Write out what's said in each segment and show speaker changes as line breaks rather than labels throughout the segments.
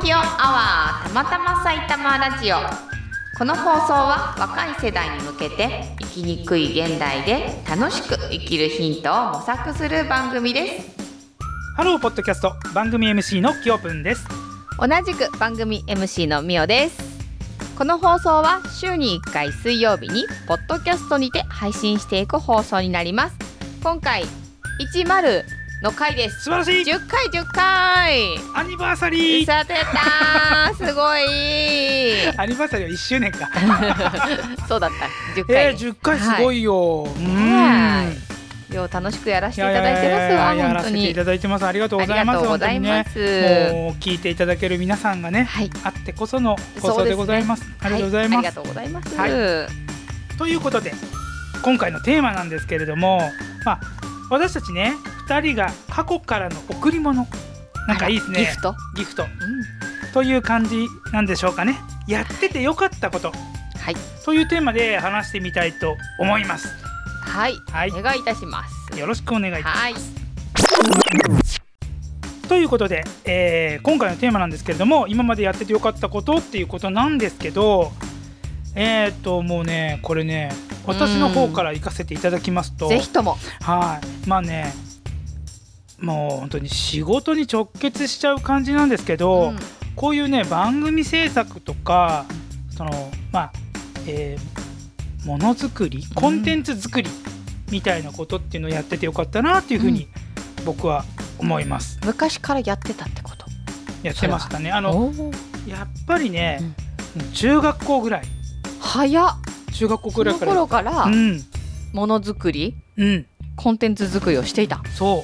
きよアワーたまたま埼玉ラジオこの放送は若い世代に向けて生きにくい現代で楽しく生きるヒントを模索する番組です
ハローポッドキャスト番組 MC のキヨプンです
同じく番組 MC のみおですこの放送は週に1回水曜日にポッドキャストにて配信していく放送になります今回10の回です
素晴らしい
10回10回
アニバーサリー
さてたーすご い
アニバーサリーは1周年か
そうだった10
え
回、
ー、10回すごいよ、うー
は
ん
よう楽しくやらせ
い
ていた
やいやい
だいてますわ
やいやや
本
ら
当
せてい
に
ただいてますありがとう
あ
ご
り
ざい
が
ます
とうございま
本
す、
当にねもう聞いていただける皆さんがね
はい
あってこその放送でございますありがとうござい
は
ま
あり
す、
がとうございます、
はいということで今回のテーマなんですけれどもまあ私たちね2人が過去からの贈り物なんかいいですね
ギフト、
ギフト
う
という感じなんでしょうかねやっててよかったこと
ん、はい
というテーマで話してみたいと思います
はい、
はい
お願いいたします
よろしくお願い
はい
ということで、えー今回のテーマなんですけれども今までやっててよかったことっていうことなんですけどえっ、ともうねこれね私の方から行かせていただきますと
ぜひとも
はいまあねもう本当に仕事に直結しちゃう感じなんですけど、
うん
こういうね番組制作とかそのまあえーものづくりコンテンツ作りみたいなことっていうのをやっててよかったなっていうふうに僕は思います。
昔からやってたってこと
やってましたね。あの
おー
やっぱりね、中学校ぐらい
早っ
中学校
そ
ぐら
の
いから
頃から
うん
ものづくり
うん
コンテンツ作りをしていた
そう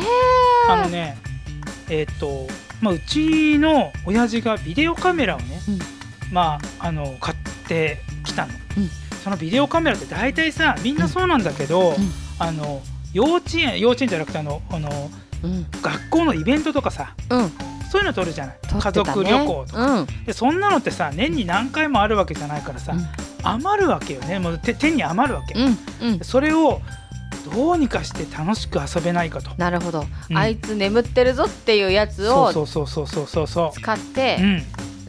へ
あのねえーっ、と、まあ、うちの親父がビデオカメラをね、
うん
まああの買ってきたの、
うん
そのビデオカメラって大体さみんなそうなんだけど、
んうん
あの幼稚園幼稚園じゃなくてあのあの
うん
学校のイベントとかさ
うん
そういうの撮るじゃない、
撮って
家
たね
族旅行とか
うん
でそんなのってさ年に何回もあるわけじゃないからさ、余るわけよねもう手手に余るわけ、
うんうん
それをどうにかして楽しく遊べないかと、
なるほど
うん
あいつ眠ってるぞっていうやつ
そうそ
を
うそうそうそうそうそう
使っ
う
て
ん、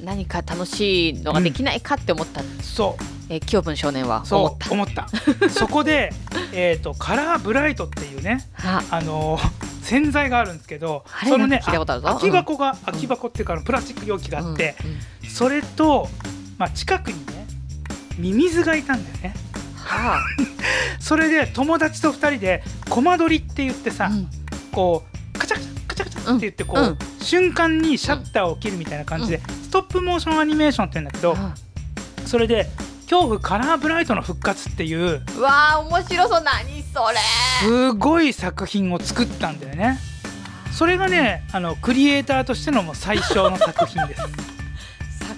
何か楽しいのができないかって思った
そ
えーキヨブン少年は
う
思
そ
った
う思ったそこで、 えー、とカラーブライトっていうね、
は
あのー洗剤があるんですけど
あれ
そのね
なんか聞いたことあるぞ
あ空き箱が、
ん
空き箱っていうかあのプラスチック容器があって、
うんうん
それと、まあ、近くにねミミズがいたんだよね
は
それで友達と2人で「コマ撮り」って言って
あ
さ、
うん
こうカチャカチャカチャカチャって言ってこう、
うん
瞬間にシャッターを切るみたいな感じで、ストップモーションアニメーションって言うんだけど、
は
それで「恐怖カラーブライトの復活」っていう
あうわあ面白そう何それ
すごい作品を作ったんだよね。それがねあのクリエイターとしてのもう最小の作品です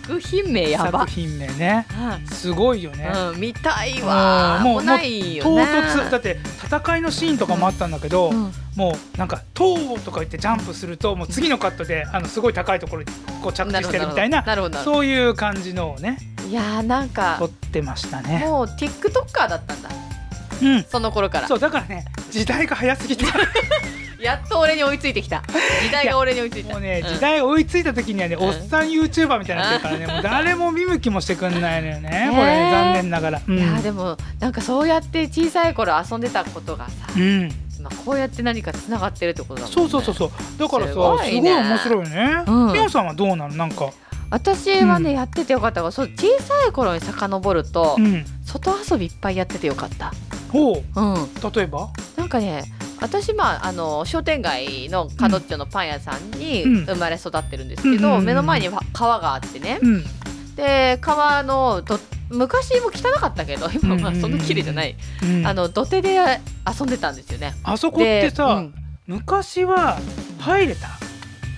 作品名 やば
作品名ね
は
すごいよね、
あうん見たいわ
うんもう
もうないよ
唐
ね
突だって戦いのシーンとかもあったんだけど、
うん
もうなんか「ーとか言ってジャンプするともう次のカットであのすごい高いところにこう着地してるみたいな
なるほどなるほど
そういう感じのをね
いやーなんか
撮ってましたね。
もう TikToker だったんだ
うん
その頃から
そうだからね時代が早すぎて
やっと俺に追いついてきた時代が俺に追いついた
もうね
ん
時代追いついた時にはね、
うん
おっさん YouTuber みたいになってるからねもう誰も見向きもしてくんないのよね
ね
これ残念ながら。うん
いやーでもなんかそうやって小さい頃遊んでたことがさ、
うん、
まあ、こうやって何かつながってるってことだもんね
そうそうそうそうだからさす
す
ご
ご
い
いね
面白いよね。み
うん
お、さんはどうなのなんか、
私はね、
うん
やっててよかったがそう小さい頃に遡ると、
うん、
外遊びいっぱいやっててよかった
ほ
うん
う例えば
なんかね私まああの商店街の角っちょのパン屋さんに
うん
生まれ育ってるんですけ
うんうん
ど、
うんうん
目の前には川があってね、
うん
で川のど昔も汚かったけど今はまあそんな綺麗じゃない、
うん、
あの土手で遊んでたんですよね。
あそこっ
で
てさ、
うん
昔は入れた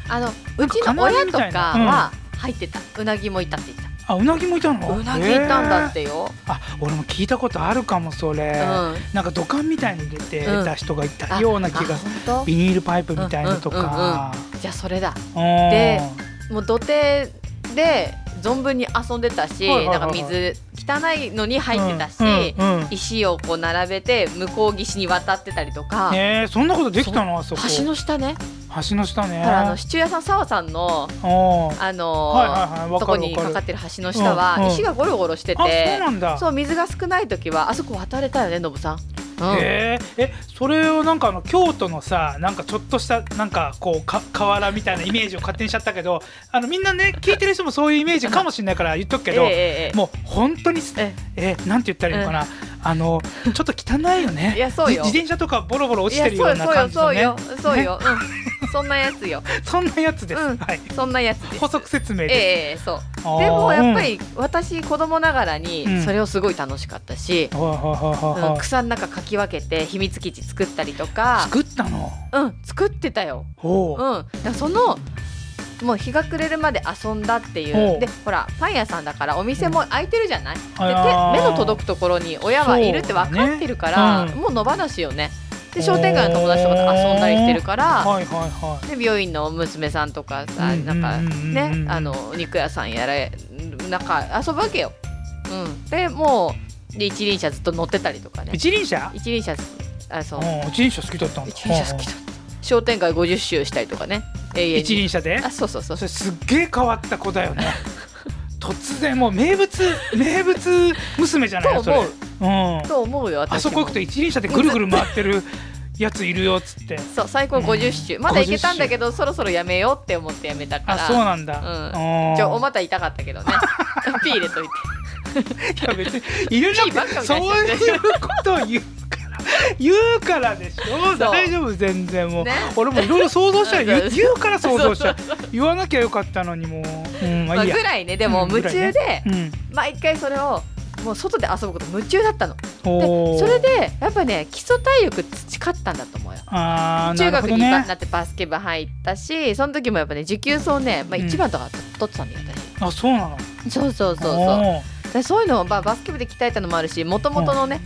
あのうち
金
の
網
親
み
と
た
か
いな
は入ってた、うなぎもいたって言っ
あうなぎもいた
た
の
うなぎいたんだっ
へー
てよ、
あ俺も聞いたことあるかもそれ、
うん
なんか土管みたいに入れて
うん
た人がいた
あ
ような気が
あ
する、
本
ビニールパイプみたいのとか、
当じゃあそれだ
うん
でもう土手で存分に遊んでたし、
はいはいはいはい
なんか水汚いのに入ってたし、
うんうんうん
石をこう並べて向こう岸に渡ってたりとか、
ねえそんなことできたのあそこ
橋の下ね、
橋の下ね
だからあのシチュー屋さん澤さんの
おー
あのー
はいはいはいわ
と
か
こ
る
に
わ
か
か
かっ
る
てる橋の下は
うんうん
石がゴロゴロして
あそう
て、
なんだ
そう水が少ない時はあそこ渡れたよねのぶさん。うん
へええそれをなんかあの京都のさなんかちょっとしたなんかこうか河原みたいなイメージを勝手にしちゃったけどあのみんなね聞いてる人もそういうイメージかもしれないから言っとくけど、
ええええええ
もう本当にす
え
えなんて言ったらいいのかな、あのちょっと汚いよね
いやそうよ
自自転車とかボロボロ落ちてるよう
い
な
や
感じの
そう
ね
よそうよそうよ、うん、そんなやつよ
そんなやつです、
うん
はい
そんなやつです
補足説明
ええ
で
ええそう
す、
でもやっぱ
り、
り私子供ながら
う
に
ん
それをすごい楽しかったし、
うんはいはいはいはい
うん、草の中かき分けて秘密基地作ったりとか
作ったの
うん作ってたよ、
お
うん、
う、
だからそのもう日が暮れるまで遊んだってい
お
う
う
でほらパン屋さんだからお店も開いてるじゃない、で手
あー
目の届くところに親はいるって分かってるから、
そうだね
もう野放しよねで商店街の友達とかと遊んだりしてるから、
はいはいはい
で病院の娘さんとかさ、
うん
なんか
うんうんうん
ねあのお肉屋さんやらなんか遊ぶわけよ。うん、でもうで一輪車ずっと乗ってたりとかね
一輪車
一輪車あそう
うん一輪車好きだったんだ
一輪車好きだ商店街50周したりとかね永遠に
一輪車で
あそうそうそう
それすっげえ変わった子だよね 突然もう名物名物娘じゃない
と
よそれ
思う
うん
と思うよ私も
あそこ行くと一輪車でぐるぐる回ってるやついるよっつって
そう最高50周まだ行けたんだけどそろそろやめようって思ってやめたか
あ
ら
そうなんだうん
ちょおまた痛かったけどね ピー入れといて
いや別に入れ
いいば
な
っ
く
か
て
み
そ
た
う
いにし
いうことを言うから言うからでしょ
う
大丈夫全然もう、
ね
俺もいろいろ想像したら
う
言
ん
う言うから想像した言わなきゃよかったのにもう、うん、ま
まあ
あいいや
ぐ、らいねでも
うん
夢
ぐらいね
中で
うん、
毎回それをもう外で遊ぶこと夢中だったので
おー
それでやっぱね基礎体力培ったんだと思うよ
あー
中
なる
学
ほ
に
ど
に
ね
なってバスケ部入ったしその時もやっぱね持久走ね、まあ、
うん
1番とか取ってたんだよ
あそうなの
私そうそうそうそう
おー
でそういうのを、まあ、バスケ部で鍛えたのもあるしもともとのね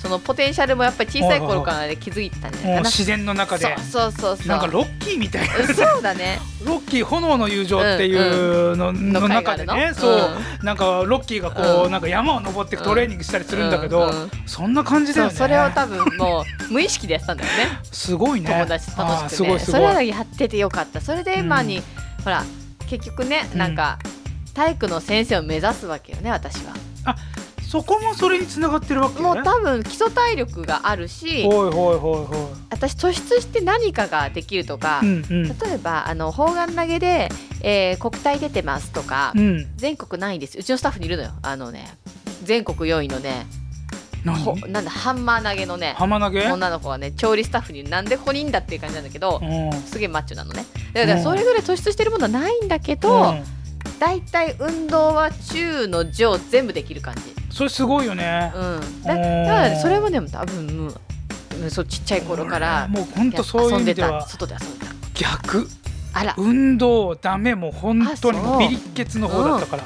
そのポテンシャルもやっぱり小さい頃からね気づいてたんじゃ
もう
ないかな
自然の中で
そうそうそうそう
なんかロッキーみたいな
そうだね
ロッキー炎の友情っていうのの
会があ
中
る
で
の
ねそうなんかロッキーがこ
う
うんなんか山を登ってくトレーニングしたりするんだけ
う
ど
んうん
そんな感じ
そ
だよ
う
ね
それを多分もう無意識でやってたんだよね
すごいね
友達と
あー
楽し
す
く
ご
ね
いす
そ
ご
れ
い
はやっててよかったそれで今に、
う
ほら結局ね
うん
なんか、体育の先生を目指すわけよね私は
そこもそれに繋がってるわけ
も
よ
う
ね
多分基礎体力があるし
ほいほいほいほ
私突出して何かができるとか、
いうんうん
例えばあの砲丸投げで、えー国体出てますとか、
うん
全国ないんですうちのスタッフにいるのよあのね全国4位のねほ
何
なんだハンマー投げのね
浜投げ
女の子はね調理スタッフになんでここにいんだっていう感じなんだけど、
うん
すげえマッチョなのねだから
うん
それぐらい突出してるものはないんだけ
う
ど、
ん
だいたい運動は中の上全部できる感じ、
それすごいよね
うん、
う
だ
ん
だからそれもね多分、うん、そうちっちゃい頃から
もう本当そうい
遊
う意
ん
味
で
で
た
は
外で遊んで
逆
たあら
運動ダメもう本当に
あそう
ビリッケツの方だったから、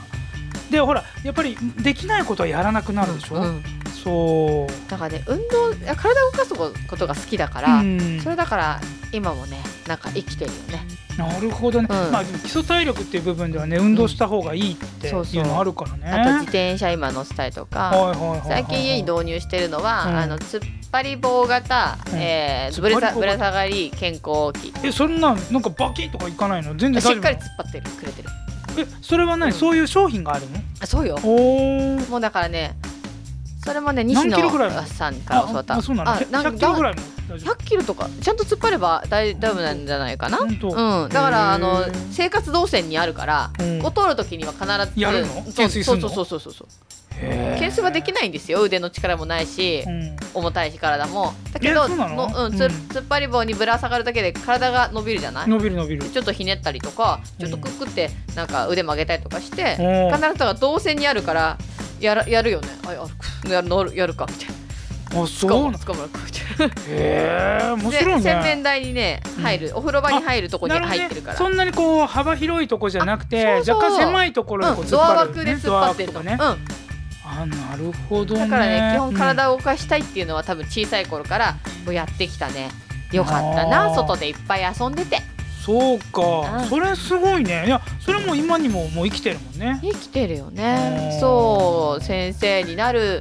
でほらやっぱりできないことはやらなくなるでしょ、
うん、
そう
だからね運動いや体を動かすことが好きだから、
うん
それだから今もねなんか生きてるよね
なるほどね、
うん
まあ、基礎体力っていう部分ではね運動した方がいいってい
そうそう
うのあるからね、
あと自転車今乗せたりとか、
はいはいはいはい
最近家に導入してるのは、
うん
あの突っ張り棒型、
うん
えー
突っ
ぶれ
張り棒
さ
型
ぶら下がり健康器
えそんななんかバキッとかいかないの全然
し
大
っかり
丈
突っ張ってるくれてる
夫えそれは何、
うん
そういう商品があるの
あそうよ
おお
もうだからねそれもね西
何キロぐらい
野さんから教わった
あそうなの
あなん
100キロぐら
い
いも大丈夫
100キロとかちゃんと突っ張れば大丈夫なんじゃないかな
本当、
うん、だからあの
へー
生活動線にあるから、
うん
こう通る時には必ず
やるの
そう
懸垂すんの
そうそうそうそう
へー
懸垂はできないんですよ腕の力もないし、
うん
重たいし体もだけ
え
ど
そうなの
うん、
うん
つ突っ張り棒にぶら下がるだけで体が伸びるじゃない
伸びる伸びる
ちょっとひねったりとかちょっとくっくってなんか腕曲げたりとかして、
うん
必ずが動線にあるからやらやるよねあやるくやる乗るやるかみたいな
あ
つ
そ
か
うな
も
の
つかむかみたいな
へえ面白い
で
ね
洗面台にね入る、お風呂場に入るとこに
なるほどね
入ってるから
そんなにこう幅広いとこじゃなくて
あそうそう
若干狭いところにこ
う、
うん突っ
ドア
張る
枠で突っ張ってる
ドア
の、
枠とかね
うん、
あなるほどね
だからね基本
を
体を動かしたいっていうのは多分小さい頃からもうやってきたねよかったな
あー
外でいっぱい遊んでて
そうか、
うん
それすごいねいやそれも今にももう生きてるもんね
生きてるよね
うん
そう先生になる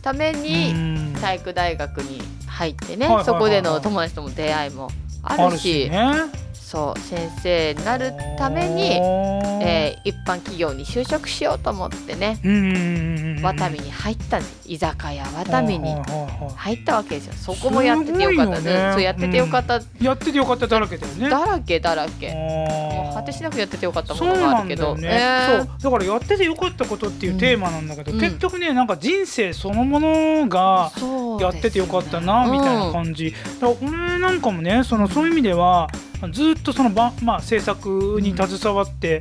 ために
うん
体育大学に入ってね、
はいはいはいはい
そこでの友達とも出会いもあるし
ね
そう先生になるために、えー一般企業に就職しようと思ってね
ー、うん
ワタミに入ったんです居酒屋ワタミに
はいはいはいは
入ったわけですよそこもやっててよかった
すごい
ね
よね
そうやっててよかった、
いやっててよかっただらけだよね
だらけだらけ、も
も
う果てしなくやっててよかったものがあるけど
そうなんだ
ね
よね、そうだからやっててよかったことっていうテーマなんだけど、
うん
結局ねなんか人生そのものが
そう
やっててよかったな、みたいな
じ、
感じだから俺なんかもねそのそういう意味ではずっとそのば、まあ、制作に携わって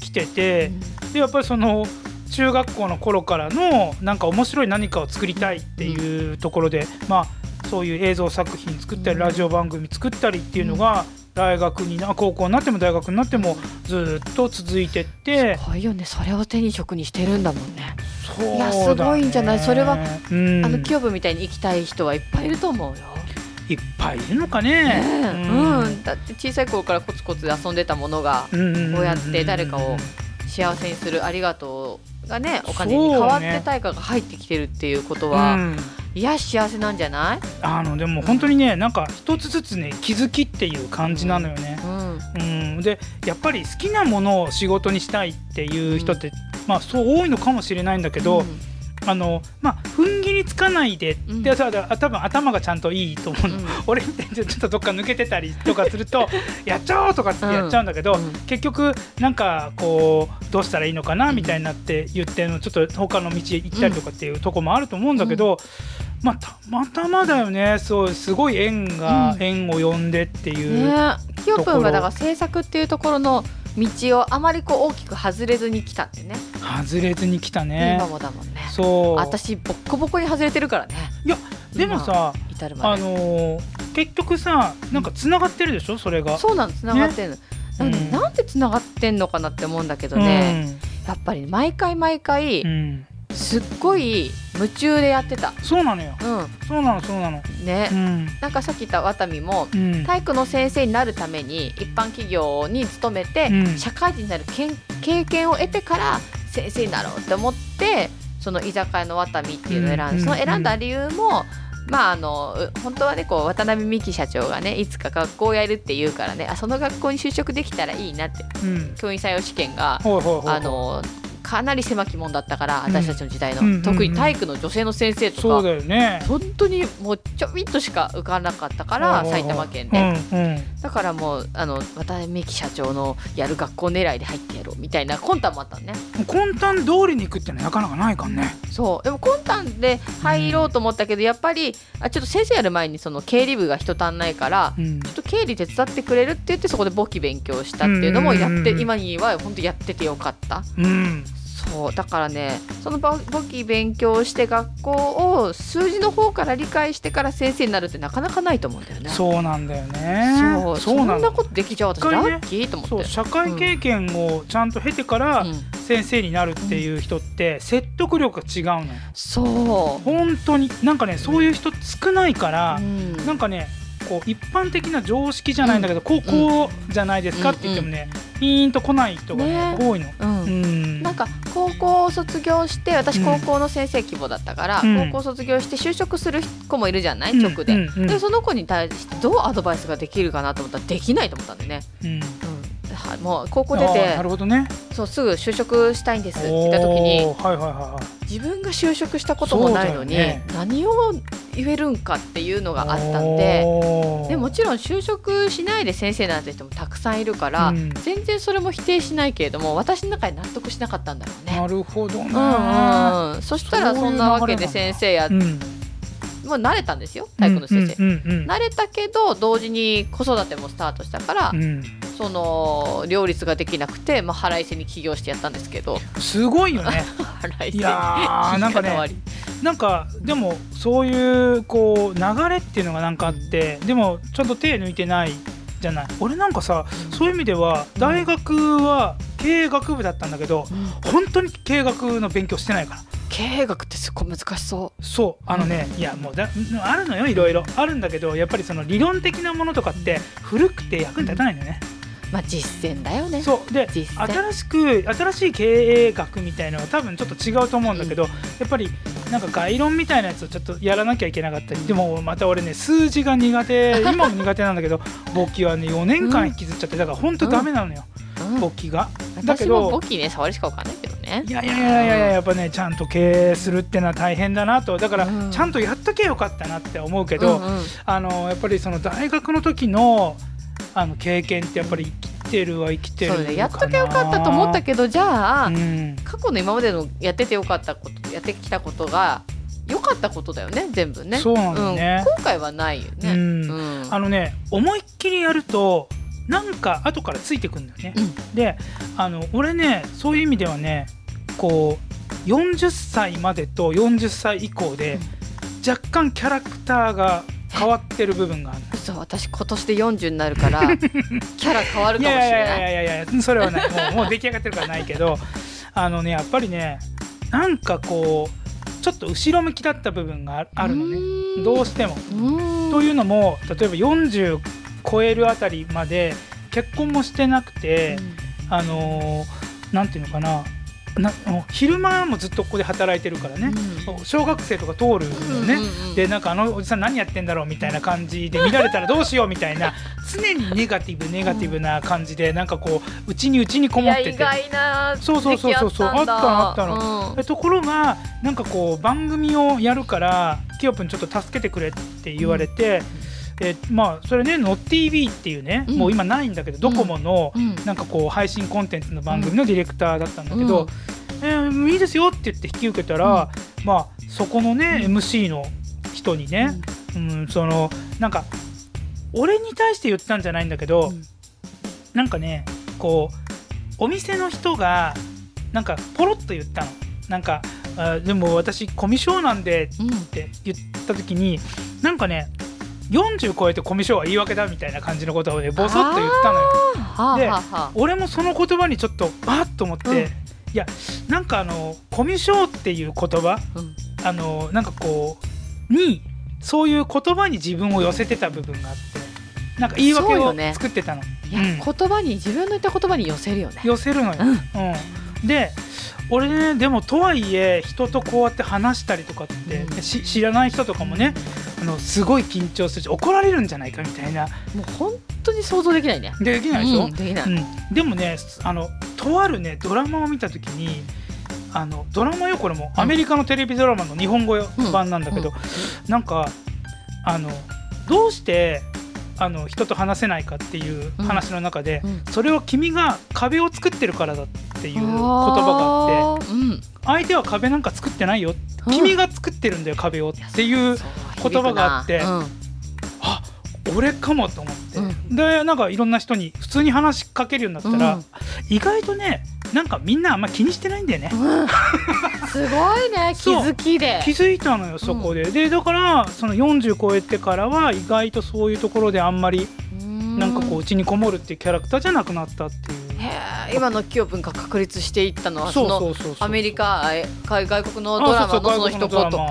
きて
う
て、
ん
でやっぱりその中学校の頃からのなんか面白い何かを作りたいっていうところで、まあ、そういう映像作品作ったり、
うん
ラジオ番組作ったりっていうのが大学にな高校になっても大学になってもずっと続いてって
すごいよねそれを手に職にしてるんだもんね、
そう
いやすごいんじゃないそれは、
うん、
あのキヨブみたいに行きたい人はいっぱいいると思うよ、
いっぱいいるのかね。
ねうんだって小さい頃からコツコツ遊んでたものが
うん
こうやって誰かを幸せにするありがとうがねお金に変わっ
そう
て
ね
対価が入ってきてるっていうことは、
うん
いや幸せなんじゃない、
あのでも本当にねなんか一つずつね気づきっていう感じなのよね。
うん
うん、でやっぱり好きなものを仕事にしたいっていう人って、まあそう多いのかもしれないんだけど、あのまあ踏ん切りつかないでって、
うん
でただ多分頭がちゃんといいと思
う
う
ん
の、 俺みたいにちょっとどっか抜けてたりとかす るとやっちゃおうとかってやっちゃうんだけど、
うん
結局なんかこうどうしたらいいのかなみたいになって言ってのちょっと他の道へ行ったりとかっていうとこもあると思うんだけど、まあたまたまだよねそうすごい縁が、
うん
縁を呼んでっていう。
ねキヨ
と
プ
こ
ン
ろ
はだから制作っていうところの道をあまりこう大きく外れずに来たんでね
外れずに来たね
今。もだもんね
そう。
私ボッコボコに外れてるからね
でもさ、
至るま
あ
で
のー結局さ、なんか繋がってるでしょ、それが。
そうなの繋がってるの、なので
うん
なんで繋がってんのかなって思うんだけど
ん
ね、やっぱり毎回毎回
うん。
すっごい夢中でやってた
そうなのよ。
う
そうなの、そうなの。
んね、
うん。
なんかさっき言ったワタミも
うん。
体育の先生になるために一般企業に勤めて、
うん
社会人になるけん経験を得てから先生になろうって思ってその居酒屋のワタミっていうのを選んで、
うん
その選んだ理由も、まああのう本当はねこう渡辺美樹社長がねいつか学校をやるって言うからねあその学校に就職できたらいいなって
うん。
教員採用試験が
ほいほいほい。
あ、のかなり狭きもんだったから
うん
私たちの時代の、
うんうんうん
特に体育の女性の先生と
そう
か
だよね。
本当にもうちょびっとしか受からなかったから
ほいほい
埼
ほい
玉県
う
で、
んうん。
だからもうあの渡辺美樹社長のやる学校狙いで入ってやろうみたいな魂胆もあったのね
混沌通りに行くってのはなかなかないからね。
そうでも魂胆で入ろうと思ったけど、やっぱりあちょっと先生やる前にその経理部が人足んないから。
うん。
ちょっと経理手伝ってくれるって言ってそこで簿記勉強したっていうのもやって、
うんうんうんうん
今には本当やっててよかった
うん。
そうだからねその簿簿記勉強して学校を数字の方から理解してから先生になるってなかなかないと思うんだよね。
そうなんだよね。
そうそ
そうなん
な
の。
ことできちゃう私
一回ね
ラッキーと思って。
そう、社会経験をちゃんと経てから先生になるっていう人って説得力が違うのよ。
そう、
本当になんかねそういう人少ないから
う、ん
なんかねこう一般的な常識じゃないんだけど、こうこうじゃないですかって言ってもね、ピーンと来ない人が、ね
ね
多いの。
う
うんん、
なんか高校を卒業して私
うん
高校の先生希望だったから、
うん
高校卒業して就職する子もいるじゃない、
うん
局で。
うんうん
でその子に対してどうアドバイスができるかなと思ったらできないと思ったんだよね。
うん
うんはもう高校出
あー
て
なるほどね。
そうすぐ就職したいんですって言った時に
おーはいはいはいはい。
自分が就職したこともないのに、
そうだよね
何を言えるんかっていうのがあったんで
おー
でもちろん就職しないで先生なんて人もたくさんいるから、
うん
全然それも否定しないけれども私の中で納得しなかったんだろうね。
なるほどね。
うんうん、そしたら
そう
そ
いうん
なわけ
流れ
で
なんだ
先生や、
うん
もう慣れたんですよ体育の先生。
うんうんうん
慣れたけど同時に子育てもスタートしたから、
うん
その両立ができなくて、まあ、腹いせに起業してやったんですけど
すごいよね。
腹いせ
い
に
やーなんかね
言い方悪い
なんかでもそういうこう流れっていうのがなんかあってでもちょっと手抜いてないじゃない俺なんかさそういう意味では大学は経営学部だったんだけど
うん
本当に経営学の勉強してないから
経営学ってすっごい難しそ
そうあのねいやもうだあるのよいろいろあるんだけどやっぱりその理論的なものとかって古くて役に立たないのね。
うまあ実践だよね
そうで
実践
新しく新しい経営学みたいなのは多分ちょっと違うと思うんだけど、やっぱりなんか概論みたいなやつをちょっとやらなきゃいけなかったりでもまた俺ね数字が 苦手今も苦手なんだけど簿記はね4年間引きずっちゃってだから本当ダメなのよ、
うん
簿記が。だけ
私も
ど
簿記ね触りしかわかんないけどね
いやいやいやいやいややっぱねちゃんと経営するってのは大変だなとだから
うん
ちゃんとやっとけばよかったなって思うけど、
うんうん
あのやっぱりその大学の時のあの経験ってやっぱり生きてるは生きてる
そうねやっとけよかったと思った
け
けどじゃあ、
うん、
過去の今までのやっててよかったことやってきたことが良かったことだよね全部ね
そうなんだよね
うん、後悔はないよ
う
ね、
ん
うん
あのね思いっきりやるとなんか後からついてくんだよね、であの俺ねそういう意味ではねこう40歳までと40歳以降で若干キャラクターが変わってる部分があるの
そう私今年で40になるから キャラ変わる
い
かもしれない
やいやいやいやいやいやそれはないもうもう出来上がってるからないけど あのねやっぱりねなんかこうちょっと後ろ向きだった部分がああるのね
ね
どう
し
しても。
ど
というのも例えば40超えるあたりまで結婚もしてなくて、あのーなんていうのかなな昼間もずっとここで働いてるからね、小学生とか通るのね、でなんかあのおじさん何やってんだろうみたいな感じで見られたらどうしようみたいな常にネガティブネガティブな感じでなんかこううちにうちにこもって
意
て。
外な
そうそうそうそうそう
時期
あったのあ
の
えところがなんかこう番組をやるから「キヨプンちょっと助けてくれ」って言われて、えまあそれね「の t v っていうね、
うん
もう今ないんだけどドコモの
うん
なんかこう配信コンテンツの番組のディレクターだったんだけど、えーいいですよって言って引き受けたら、まあそこのね、
うん
MC の人にね、うん、そのなんか俺に対して言ったんじゃないんだけど、
うん
なんかねこうお店の人がなんかポロッと言ったのなんかあでも私コミュ障なんで
うんうん
って言った時になんかね40超えてコミュ障は言い訳だみたいな感じのことをねボソッと言ったのよ
はあ
で
はあはあ
俺もその言葉にちょっとあっと思って、
うん
いやなんかあのコミュ障っていう言葉
うん
あのなんかこうにそういう言葉に自分を寄せてた部分があってなんか言い訳
そうよ
を
ね
作ってたの、
いや
うん
言葉に自分の言った言葉に寄せるよね
寄せるのよ、
うん
うん、で俺ねでもとはいえ人とこうやって話したりとかって、
うん
し知らない人とかもねあのすごい緊張するし怒られるんじゃないかみたいな
もう本当に想像できないね
できないでしょ、
うんできない、
うん、でもねあのとあるねドラマを見た時にあのドラマよこれも
うん
アメリカのテレビドラマの日本語版なんだけど、
うん
なんかあのどうしてあの人と話せないかっていう話の中で、
うん
それは君が壁を作ってるからだっていう言葉があって
あーうん
相手は壁なんか作ってないよ
うん
君が作ってるんだよ壁をっていう言葉があって
そう
あ俺かもと思って、
う
でなんかいろんな人に普通に話しかけるようになったら、
うん
意外とねなんかみんなあんま気にしてないんだよね。
うんすごいね気
そう
づきで
気づいたのよそこで、でだからその40超えてからは意外とそういうところであんまりな
なん
かこううちにこもるっていうキャラクターじゃなくなったっていう、
へー今のキヨ君が確立していったのはその
うそうそう
アメリカえ海外国の
ド
ドラマのその一言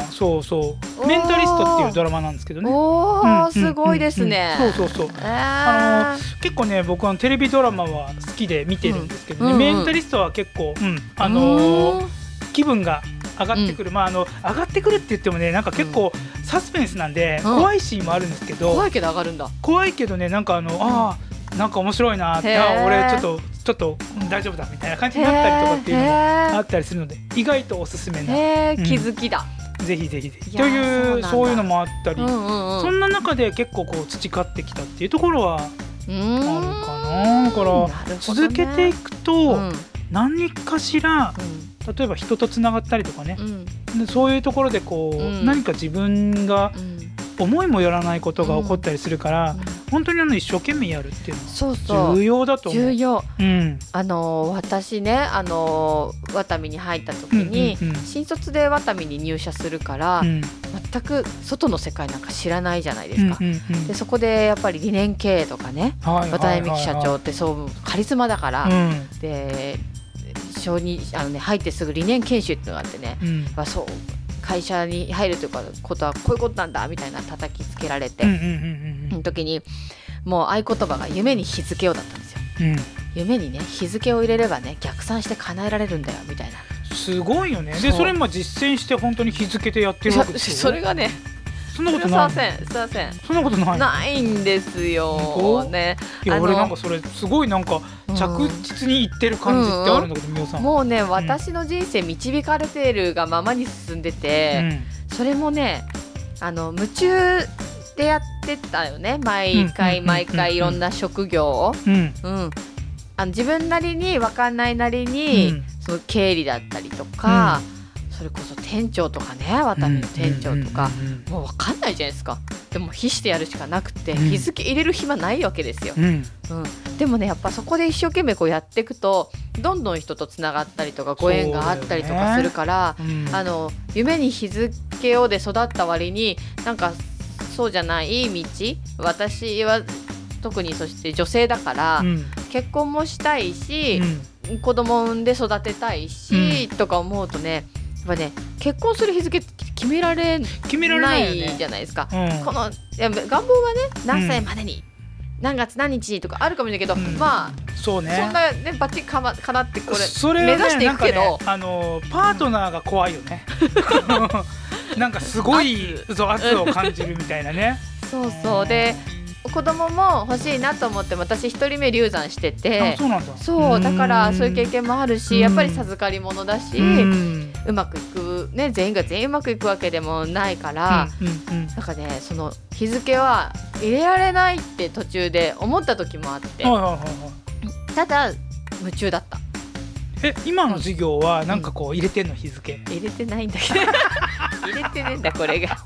そうそう
おー
メンタリストっていうドラマなんですけどね
お
うんうんうんう
ー
ん
すごいですね
そうそうそう
えー
あ結構ね僕はテレビドラマは好きで見てるんですけどね、
うんうんうん
メンタリストは結構、うんあのー
うん
気分が上がってくる、まああの上がってくるって言ってもねなんか結構サスペンスなんで、
うん
怖いシーンもあるんですけど、
怖いけど上がるんだ
怖いけどねなんかあの、あーなんか面白いなって
へー
あー俺ちょっとちょっとうん大丈夫だみたいな感じになったりとかっていうのもあ
へ
ったりするので意外とおすすめ
ー
な
へ
う
ー
ん
気づきだ
ぜひぜひぜひ
いや
と
ーそうなんだ
いうそういうのもあったり、
うんうんうん
そんな中で結構こう培ってきたっていうところはあ
う
る
ん
かなだから、
なるほどね
続けていくと
うん
何かしら例えば人とつながったりとかね
う、ん
でそういうところでこう、
うん
何か自分が
うん
思いもよらないことが起こったりするから、
うん
本当にあの一生懸命やるっていう
そう
の
そ
は重
う
要だと思う。
重要
うん
あのー私ねあのーワタミに入った時に、
うんうんうん
新卒でワタミに入社するから、
うん
全く外の世界なんか知らないじゃないですか。
うんうんうん
でそこでやっぱり理念経営とかね
はいはいはいはい
渡辺美樹社長ってそうカリスマだから、
うん
で小にあの、ね、入ってすぐ理念研修っていうのがあってね、
うん
まあ、そう会社に入るというかことはこういうことなんだみたいな叩きつけられて、
うんうんうん
その時にもう合言葉が「夢に日付を」だったんですよ。
うんうん
夢にね日付を入れればね逆算して叶えられるんだよみたいな
すごいよね
そ
で
う
それも実践して本当に日付でやってるわけで
そ
し ょ
それがね
そんな
す
こ
い
と
ま
ない
せんすいません
そんなことない
ないんですよ
本当
ね
いや
あの
俺なんかそれすごいなんか
う
着
ん
実にいってる感じってあるんだけどみおさん
もうね私の人生導かれているがままに進んで
う
て、
ん
それもねあの夢中でやってたよね毎回
うんうんうんうん
毎回いろんな職業を、
うん
うん、あの自分なりに分かんないなりに、
うん
その経理だったりとか、それこそ店長とかね渡辺の店長とか、もう分かんないじゃないですかでも必死でやるしかなくて、
うん
日付入れる暇ないわけですよ
う、んうん
うん、でもねやっぱそこで一生懸命こうやっていくとどんどん人とつながったりとかご縁があったりとかするから、
うん
あの夢に日付をで育った割になんかそうじゃない道私は特にそして女性だから、
うん
結婚もしたいし、
うん
子供を産んで育てたいし、とか思うとねやっぱね結婚する日付って決められ
決められ
な
ない
い
よ
じ
ね
ゃないですか。
うん
このいや願望はね何歳までに、何月何日とかあるかもしれないけど、
うん
まあ
そうね
そんなねバッチリかまかなってこれ
それは
目
ね
指していくけ
なん
ど
かね、あのパートナーが怖いよねなんかすごいそう圧を感じるみたいなね
そうそうで子供も欲しいなと思って私一人目流産して
あ
て
そうなんだ
そうだからそういう経
験
験もあるし、
うん
やっぱり授かり物だし、
う
うんまくいくね全員が全員うまくいくわけでもないから、
うんうん
なんかねその日付は入れられないって途中で思った時もあって
はいはいはいはい
ただ夢中だった
え今の授業はなんかこう入れてんの日付、い
入れてないんだ けど入れてねえんだこれが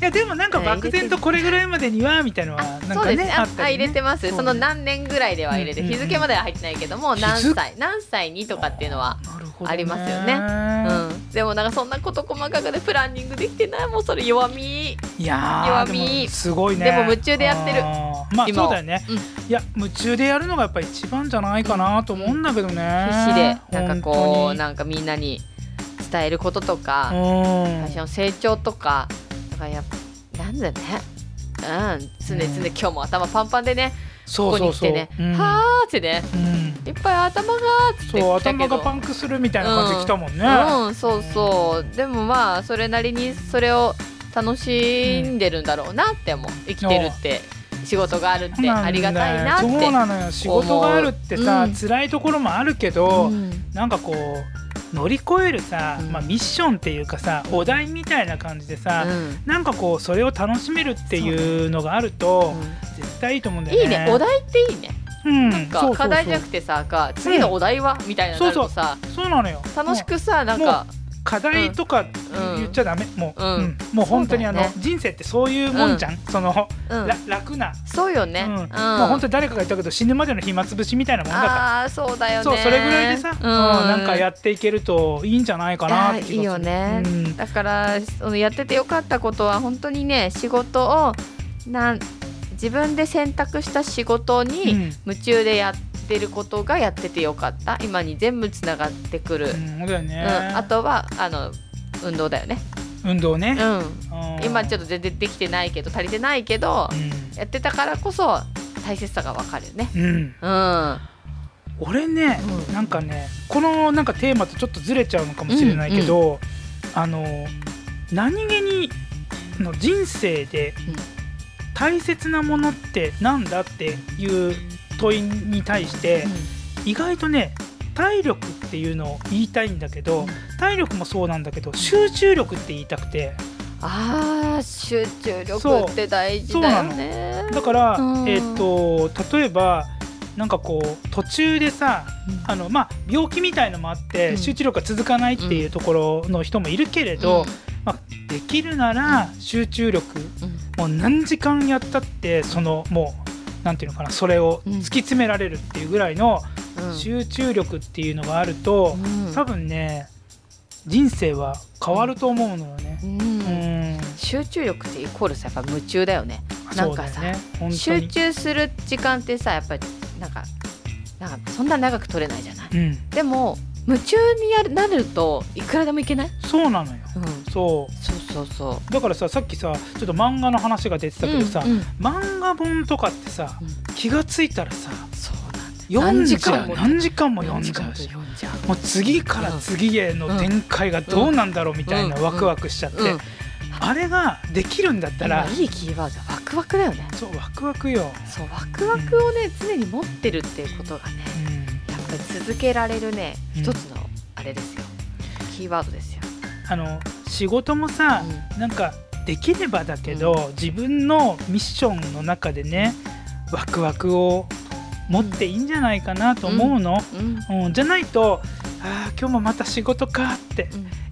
やでもなんか漠然とこれぐらいまでにはみたいのは
あ
なん
そう
か
です
ね
ね
あ
あ
った
あ入
り、ね、
れてます
そうね
その何年ぐらいでは入れて
うんうんう
日
ん
付までは入ってないけども
日
何
付
歳何歳にとかっていうのは
なるほどね
ありますよねうん、でもなんかそんなこと細かくでプランニングできてないもうそれ弱み
いや
弱
ー
み
でもすごいね
でも夢中でやってる
あーまあ
今
そ
を
うだよね、
うん
いや夢中でやるのがやっぱ一番じゃないかなと思うんだけどね、
必死でなんかこう
本
なんかみんなに伝えることとか、
当に
会社の成長とかだからやっぱなんだねうん常々、
うん
今日も頭パンパンでねこ
そう
こ
そ
に
う
来
そ
て
う
ね「
うん
はあ」ってね
うん
いっぱい頭がーって
そう
来た
頭
けど
がパンクするみたいな感じで来たもんね、
うんそうそうでもまあそれなりにそれを楽しんでるんだろうなって思う生きてるって仕事があるっ
そう
て
なんだよ
ありがたいなって
そうなのよ仕事があるってさ、
うん
辛いところもあるけど、なんかこう乗り越えるさ、
うん
まあ、ミッションっていうかさお題みたいな感じでさ、
うん
なんかこうそれを楽しめるっていうのがあると、
う
絶対いいと思うん
ん
だよね。
いいねお題っていいね
うん、
なんか課題じゃなくてさか次のお題はみたいなのになるとさ
そうそうそうなのよ。
楽し
も
くさなんか
う課題とか
うん
言っちゃダメ、もう、
うん
うんもう本当にあの、
そうだよね
人生ってそういうもんじゃん、その、
うん
ら楽な、
そうよねう
う
んん
もう本当に誰かが言ったけど死ぬまでの暇つぶしみたいなもんだから。
ああーそうだよね
そうそれぐらいでさ、うんなんかやっていけるといいんじゃないかなって気がする
いやいいよね
うん
だからそのやっててよかったことは本当にね仕事をなん自分で選択した仕事
う
に
ん
夢中でやってることがやっててよかった今に全部つながってくる、
うんそうだよ
うん
ね、
あとはあの運動だよね、
運動
う
ね、
ん、
うん
今ちょっと全然できてないけど足りてないけど、やってたからこそ大切さがわかるよね
うん、うん
うんう
俺ね、
うん
なんかねこのなんかテーマとちょっとずれちゃうのかもしれないけど、あの何気にの人生で
うん
大切なものってなんだっていう問いに対して意外とね体力っていうのを言いたいんだけど、
うん
体力もそうなんだけど集中力って言いたくて
あー集中
そう
力って大事だよね
だから、
うん
えー、と例えばなんかこう途中でさあの、まあ、病気みたいのもあって、
うん
集中力が続かないっていうところの人もいるけれど、まあ、できるなら集中力
うんうん
もう何時間やったってそのもうなんていうのかなそれを
うん
突き詰められるっていうぐらいの
うん
集中力っていうのがあると、
うん
多分ね人生は変わると思うのよね。
う、
うんん
集中力ってイコールさやっぱ夢中だよねなんかさ
そうだよね本当
集
に
中する時間ってさやっぱりなんかなんかそんな長く撮れないじゃない
うん、
でも夢中にやるなるといくらでもいけない、
そうなのよ
うん、そ
そ
うそうそう
だからささっきさちょっと漫画の話が出てたけどさ、
うんうん
漫画本とかってさ、
うん
気がついたらさ
そうなんだ
読んじゃう
何
何時間も
何
読ん
時
じ
間
ゃ
も
う
読
し
んじゃう
もう次から次への展開がどうなんだろうみたいな
うん
ワクワクしちゃって、
うん
あれができるんだったら、
今いいキーワードワクワクだよね
そうワクワクよ、
そうワクワクをね常に持ってるっていうことがね
うん
やっぱり続けられるね
うん
一つのあれですよキーワードですよ、
あの仕事もさ、なんかできればだけど、自分のミッションの中でねワクワクを持っていいんじゃないかなと思うの、
うんうん
うんじゃないとあー今日もまた仕事かって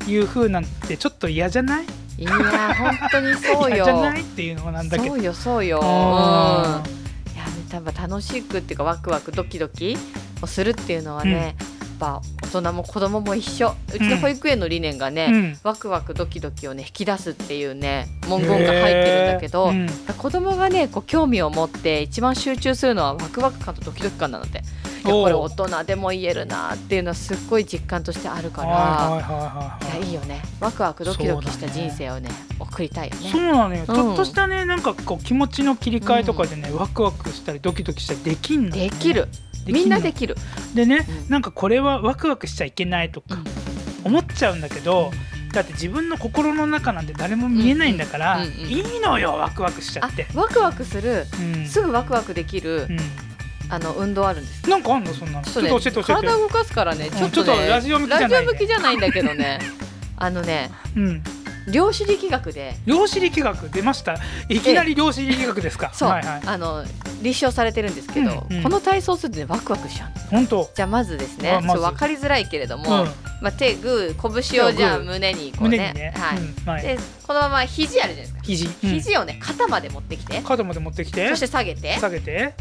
うん
いう風なんてちょっと嫌じゃない
いやー本当にそう
嫌
よ
じゃ ないっていうのもなんだけど
そうよそうよ、うん、い
あ
やね多分楽しくっていうかワクワクドキドキをするっていうのはね、
うん
やっぱ大人も子供も一緒うちの保育園の理念がね、
ーうん
ワクワクドキドキをね引き出すっていうね文言が入ってるんだけど、
へー
子供がねこう興味を持って一番集中するのはワクワク感とドキドキ感なのでいや
おう
これ大人でも言えるなっていうのはすっごい実感としてあるから、
はいはいは
い
いはいはい
やいいよねワクワクドキドキした人生をね送りたいよ
そう
ね。
なのよ、
うん
ちょっとしたねなんかこう気持ちの切り替えとかでね、ワクワクしたりドキドキしたりできんの、ね、
できる、
きの
みんなできる。
でね、
うん
なんかこれはワクワクしちゃいけないとか思っちゃうんだけど、だって自分の心の中なんて誰も見えないんだから、
うんうんうんうん
いいのよワクワクしちゃ
あ
って、
ワクワクする、
うん
すぐワクワクできる、
うん
あの運動あるんです。
なんかあんのそんなのちょっ
ね
と教えて教えて
体動かすからね、ちょっ
ちょ
と
っと
ね、
ラジオ向きじゃないね
ラジオ向きじゃないんだけどね、 あのね、
うん
量子力学で、
量子力学出ましたいきなり量子力学ですか、
そう、
はいはい
あの立証されてるんですけど、
うんうん
この体操するとねワクワクしちゃうの。
本当
じゃあまずですね
あ、まず
そう分かりづらいけれども、
うん
まあ手グー拳をじゃあ胸にこう
胸
ね、
にね、
はい。
うんはい、
でこのまま肘あるじゃないですか。
肘、うん
肘をね肩まで持ってきて、
肩まで持ってきて
そして下げて
下げて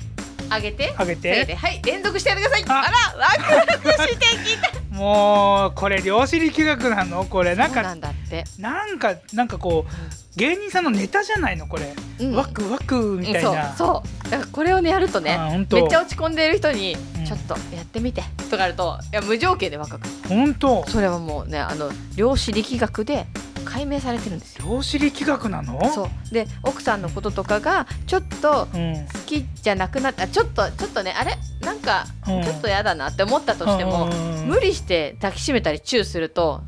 上げて下
上げ
げ
て
てはい連続してやってください
あ
あらワクワクしてきた
もうこれ量子力学なのこれなん
そう
か
なんだって、
なんかなんかこう芸人さんのネタじゃないのこれ、
うん
ワクワクみたい
うん
な、
そうそうだからこれをねやるとね
あ本当
めっちゃ落ち込んでいる人に、
うん
ちょっとやってみてとかあるといや無条件でワクワク
本当
それはもうねあの量子力学で解明されてるんですよ
量子力学なの
そうで奥さんのこととかがちょっと
うん、
好きじゃなくなったちょっとちょっとねあれなんか
うん
ちょっとやだなって思ったとしても、
うん
無理して抱きしめたりチューすると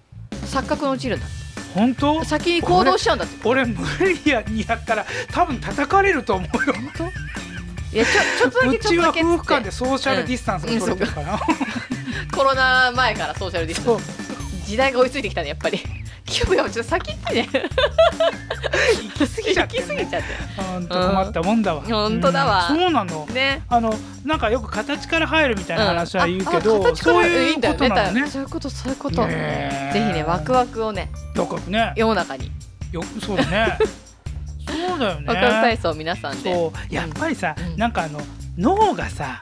錯覚に陥るんだって
本当
先に行動しちゃうんだって
俺無理やにやったら多分叩かれると思うよ
本当いやちょちょっとだ
う
け
ち
ちょっとだ
は
けっ
夫婦間
つ
で
っ
ソーシャルディスタンスが取れてるから、
てコロナ前からソーシャルディス
そう
時代が追いついてきたねやっぱり キューブがちょっと先行ってね
行き過ぎちゃっ て、
行き過ぎ
ね、
ちゃっ
うんと困ったもんだわ、
うん本当だわ
うんそうなの
てね
あのなんかよく形から入るみたいな話は言うけど、
うんああ形か
そ
ら
うい
い
う
ん
こ
だよ
となのね
だそういうことそういうこと、
ねえ
ぜひねワクワクをね
だからね
世の中に
よそうだねそうだよね
ワクワク体操を皆さんで
そうやっぱりさ、
うん
なんかあの脳がさ、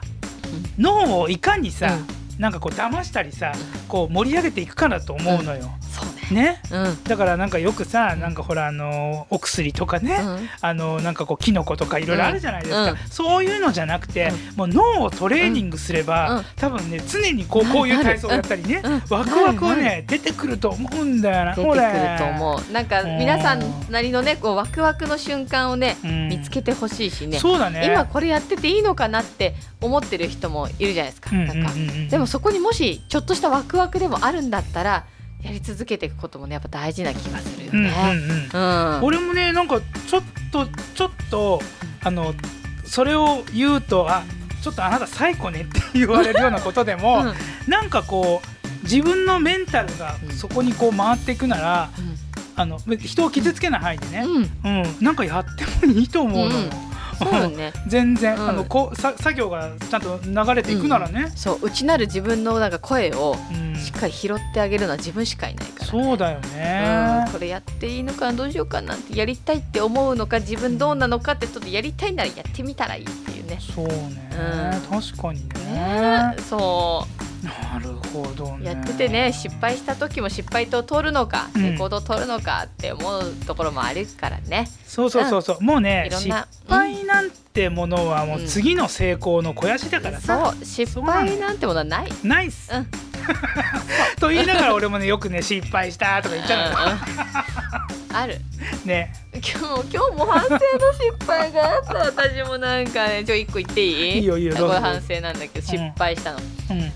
脳をいかにさ、なんかこう騙したりさこう盛り上げていくかなと思うのよ、
そうね
ね
うん、
だからなんかよくさなんかほらあのお薬とかね、
うん
あのなんかこうキノコとかいろいろあるじゃないですか、
うん
そういうのじゃなくて、もう脳をトレーニングすれば、
うん
多分ね常にこう
なる
こういう体操をやったりね、
うん
ワクワクを
な
ね出てくると思うんだよな
出てく
こ
る
れ
と思うなんか
うん
皆さんなりのねこうワクワクの瞬間をね
うん
見つけてほしいしね
そうだね
今これやってていいのかなって思ってる人もいるじゃないですか,、
うん
なんか
うんうんうん
でもそこにもしちょっとしたワクワクでもあるんだったらやり続けていくこともねやっぱ大事な気がするよ
うんうん
ね。
うん
うん、うん
俺もねなんかちょっとちょっとあのそれを言うとあちょっとあなた最高ねって言われるようなことで
う
も、
ん
なんかこう自分のメンタルがそこにこう回っていくなら、あの人を傷つけない範囲でね、
うん
うんなんかやってもいいと思うのよ、
そうだね
全然、
うん
あのこうさ作業がちゃんと流れていくならね、
そう内なる自分のなんか声を
うん
しっかり拾ってあげるのは自分しかいないから。
そうだよね
うん、これやっていいのかなどうしようかなってやりたいって思うのか自分どうなのかってちょっとやりたいならやってみたらいいっていうね。
そうね、
う
確かにね
ねえそう
なるほどね
やっててね失敗した時も失敗とを取るのか
うん
レコードを取るのかって思うところもあるからね、
そうそうそうそうもうね
いろん
失
な
敗なんてものはもう次の成功の肥やしだからさ、
そう失敗なんてものはない。
ナイス、
うん
と言いながら俺もねよくね失敗したとか言っちゃうのよ
うんある
ね
今日今日も反省の失敗があった私もなんかねちょ一個言っていい
いいよいいよ
こ
どう
れ
ぞ
反省なんだけど失敗したの、
うん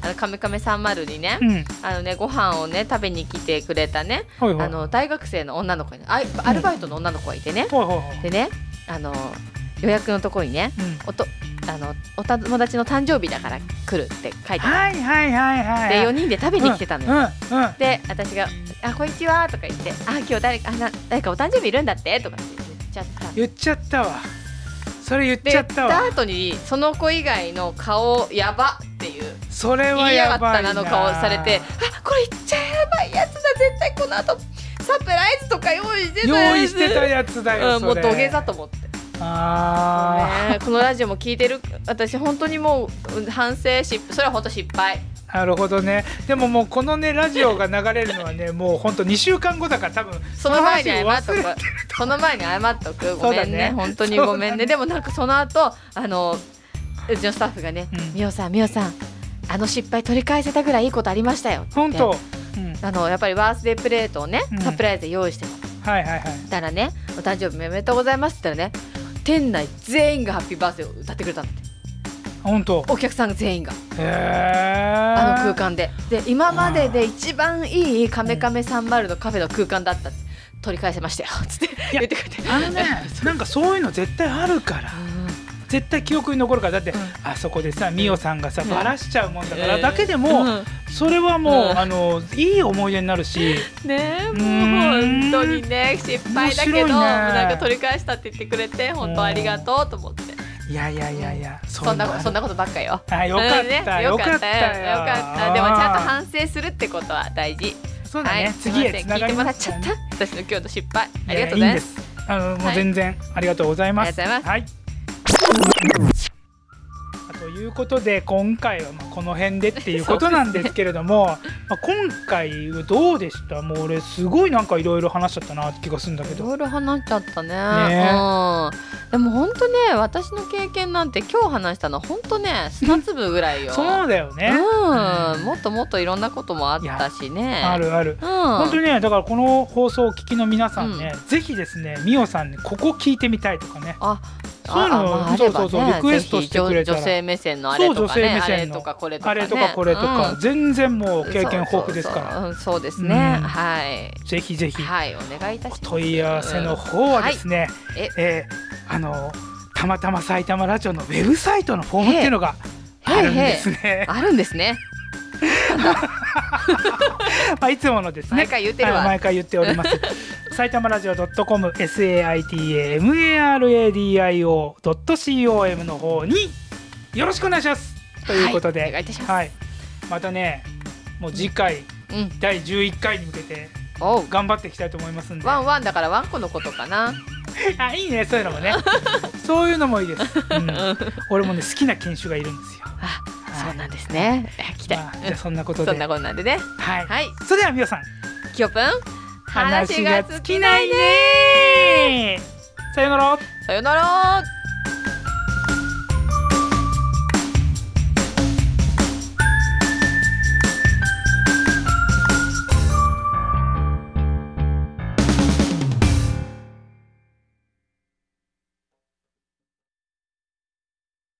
あのカメカメ30にね、
うん
あのねご飯をね食べに来てくれたね、
ほいほい
あの大学生の女の子にあアルバイトの女の子がいてね、
ほいほいほい
でねあの予約のところにね
うん
おとあのお友達の誕生日だから来るって書いてあ
はいはいはいはい
るで4人で食べに来てたのよ、
うんうんうん
で私が「あこんにちは」とか言って「あ今日誰かあな誰かお誕生日いるんだって」とかって言っちゃったの
言っちゃったわそれ言っ
で
ち
言
ゃっ
ったた
わ
後にその子以外の顔やばっていう
それは
言いや
や
がった
ばい
な
な
の顔されてあこれ言っちゃやばいやつだ絶対この後サプライズとか用意してたやつ
用意してたやつだよ
うん、も
そうれ
土下座と思って
あ
ねこのラジオも聞いてる私本当にもううん反省しそれは本当失敗
ーなるほどねでももうこのねラジオが流れるのは ねもうほんと2週間後だから多分
その前に謝っと
その話を忘れ
くその前に謝っとくご
そう
め
だね
んね本当にごめんねでもなんかその後あのうちのスタッフがね
うん
「み、お、さんみおさんあの失敗取り返せたぐらいいいことありましたよ」って
本当、うん、
あのやっぱりバースデープレートをね
うん
サプライズで用意してた
はいはいはい
たらね「お誕生日おめでとうございます」って言ったらね店内全員がハッピーバースデーを歌ってくれたの
本当
お客さん全員が
へえ
あの空間でで今までで一番いいカメカメ30のカフェの空間だったって取り返せましたよつって
いや
言ってくれて
あ のねなんかそういうの絶対あるから絶対記憶に残るからだって、
うん
あそこでさミオさんがさ、
うん
バラしちゃうもんだから、
えー
だけでも、
うん
それはもう、
うん
あのいい思い出になるし
ねえもう
うん
本当にね失敗だけど、
面白いね
なんか取り返したって言ってくれて本当ありがとうと思って
いやいやいやいや、
そんなことそん
な
なことばっかよ。
あよかっ
うん
た、
ね
よ
よ
か
か
っ
ったた
よ
よよかったでもちゃんと反省するってことは大事
そうだね、
はいすいま
次
せん
へつ
聞
なが
い
り
てもら
ま
っ
す
ちゃ
から
っ
ね
た私の今日の失敗ありがとう
い
ござ
やい
い
いん
ま
ですすあのもう
はい
全然、ありがとうございます
ありがとうございます
はいあということで今回はまあこの辺でっていうことなんですけれど も、まあ今回はどうでしたもう俺すごいなんかいろいろ話しちゃったなって気がするんだけ
い
ど
ろいろ話しちゃったね
ね
うん、でも本当ね私の経験なんて今日話したの本当ね砂粒ぐらいよ
そうだよね、
うん、もっともっといろんなこともあったしね
あるある
うん、
本当にねだからこの放送をお聞きの皆さんね、ぜひですねみおさんにここ聞いてみたいとかね
あ、
そういうの
ああまああ
そ
れ
う
ば
そうそう
ね
リクエストしてくれた
ぜひ女
ら
女性目線のあれと
そう女
か
性
ね、
目
あれ
線の
とかこれとか、
あ
ね、
れとかこれとか、
うん
全然もう経験豊富ですから
そうそうそううんそうですね、
うん
はい
ぜひぜひ
はいお願いいたします
問い合わせの方はですね、
うんはい
えーあのたまたま埼玉ラジオのウェブサイトのフォームっていうのがあるんですね。
あるんですね
まあいつものですね
毎。回言ってる
あ
わ、
の毎回言っております。 埼玉ラジオドットコム S A I T A M A R A D I O ドット C O M の方によろしくお願いします。ということ
はいお
で、
願いいたします、
はい、またね、もう次回
うん
第11回に向けて
おう
頑張っていきたいと思いますんで。
ワンワンだからワンコのことかな
あいいねそういうの もねそういうのもいいです、うん
あ
俺もね好きな犬種がいるんですよ
そうなんですねあ来た、
まあじゃあそんなことで
そんなことなんでね
はい、
はい
それではみおさん
キヨプン
話が尽きないねさよなら
さよなら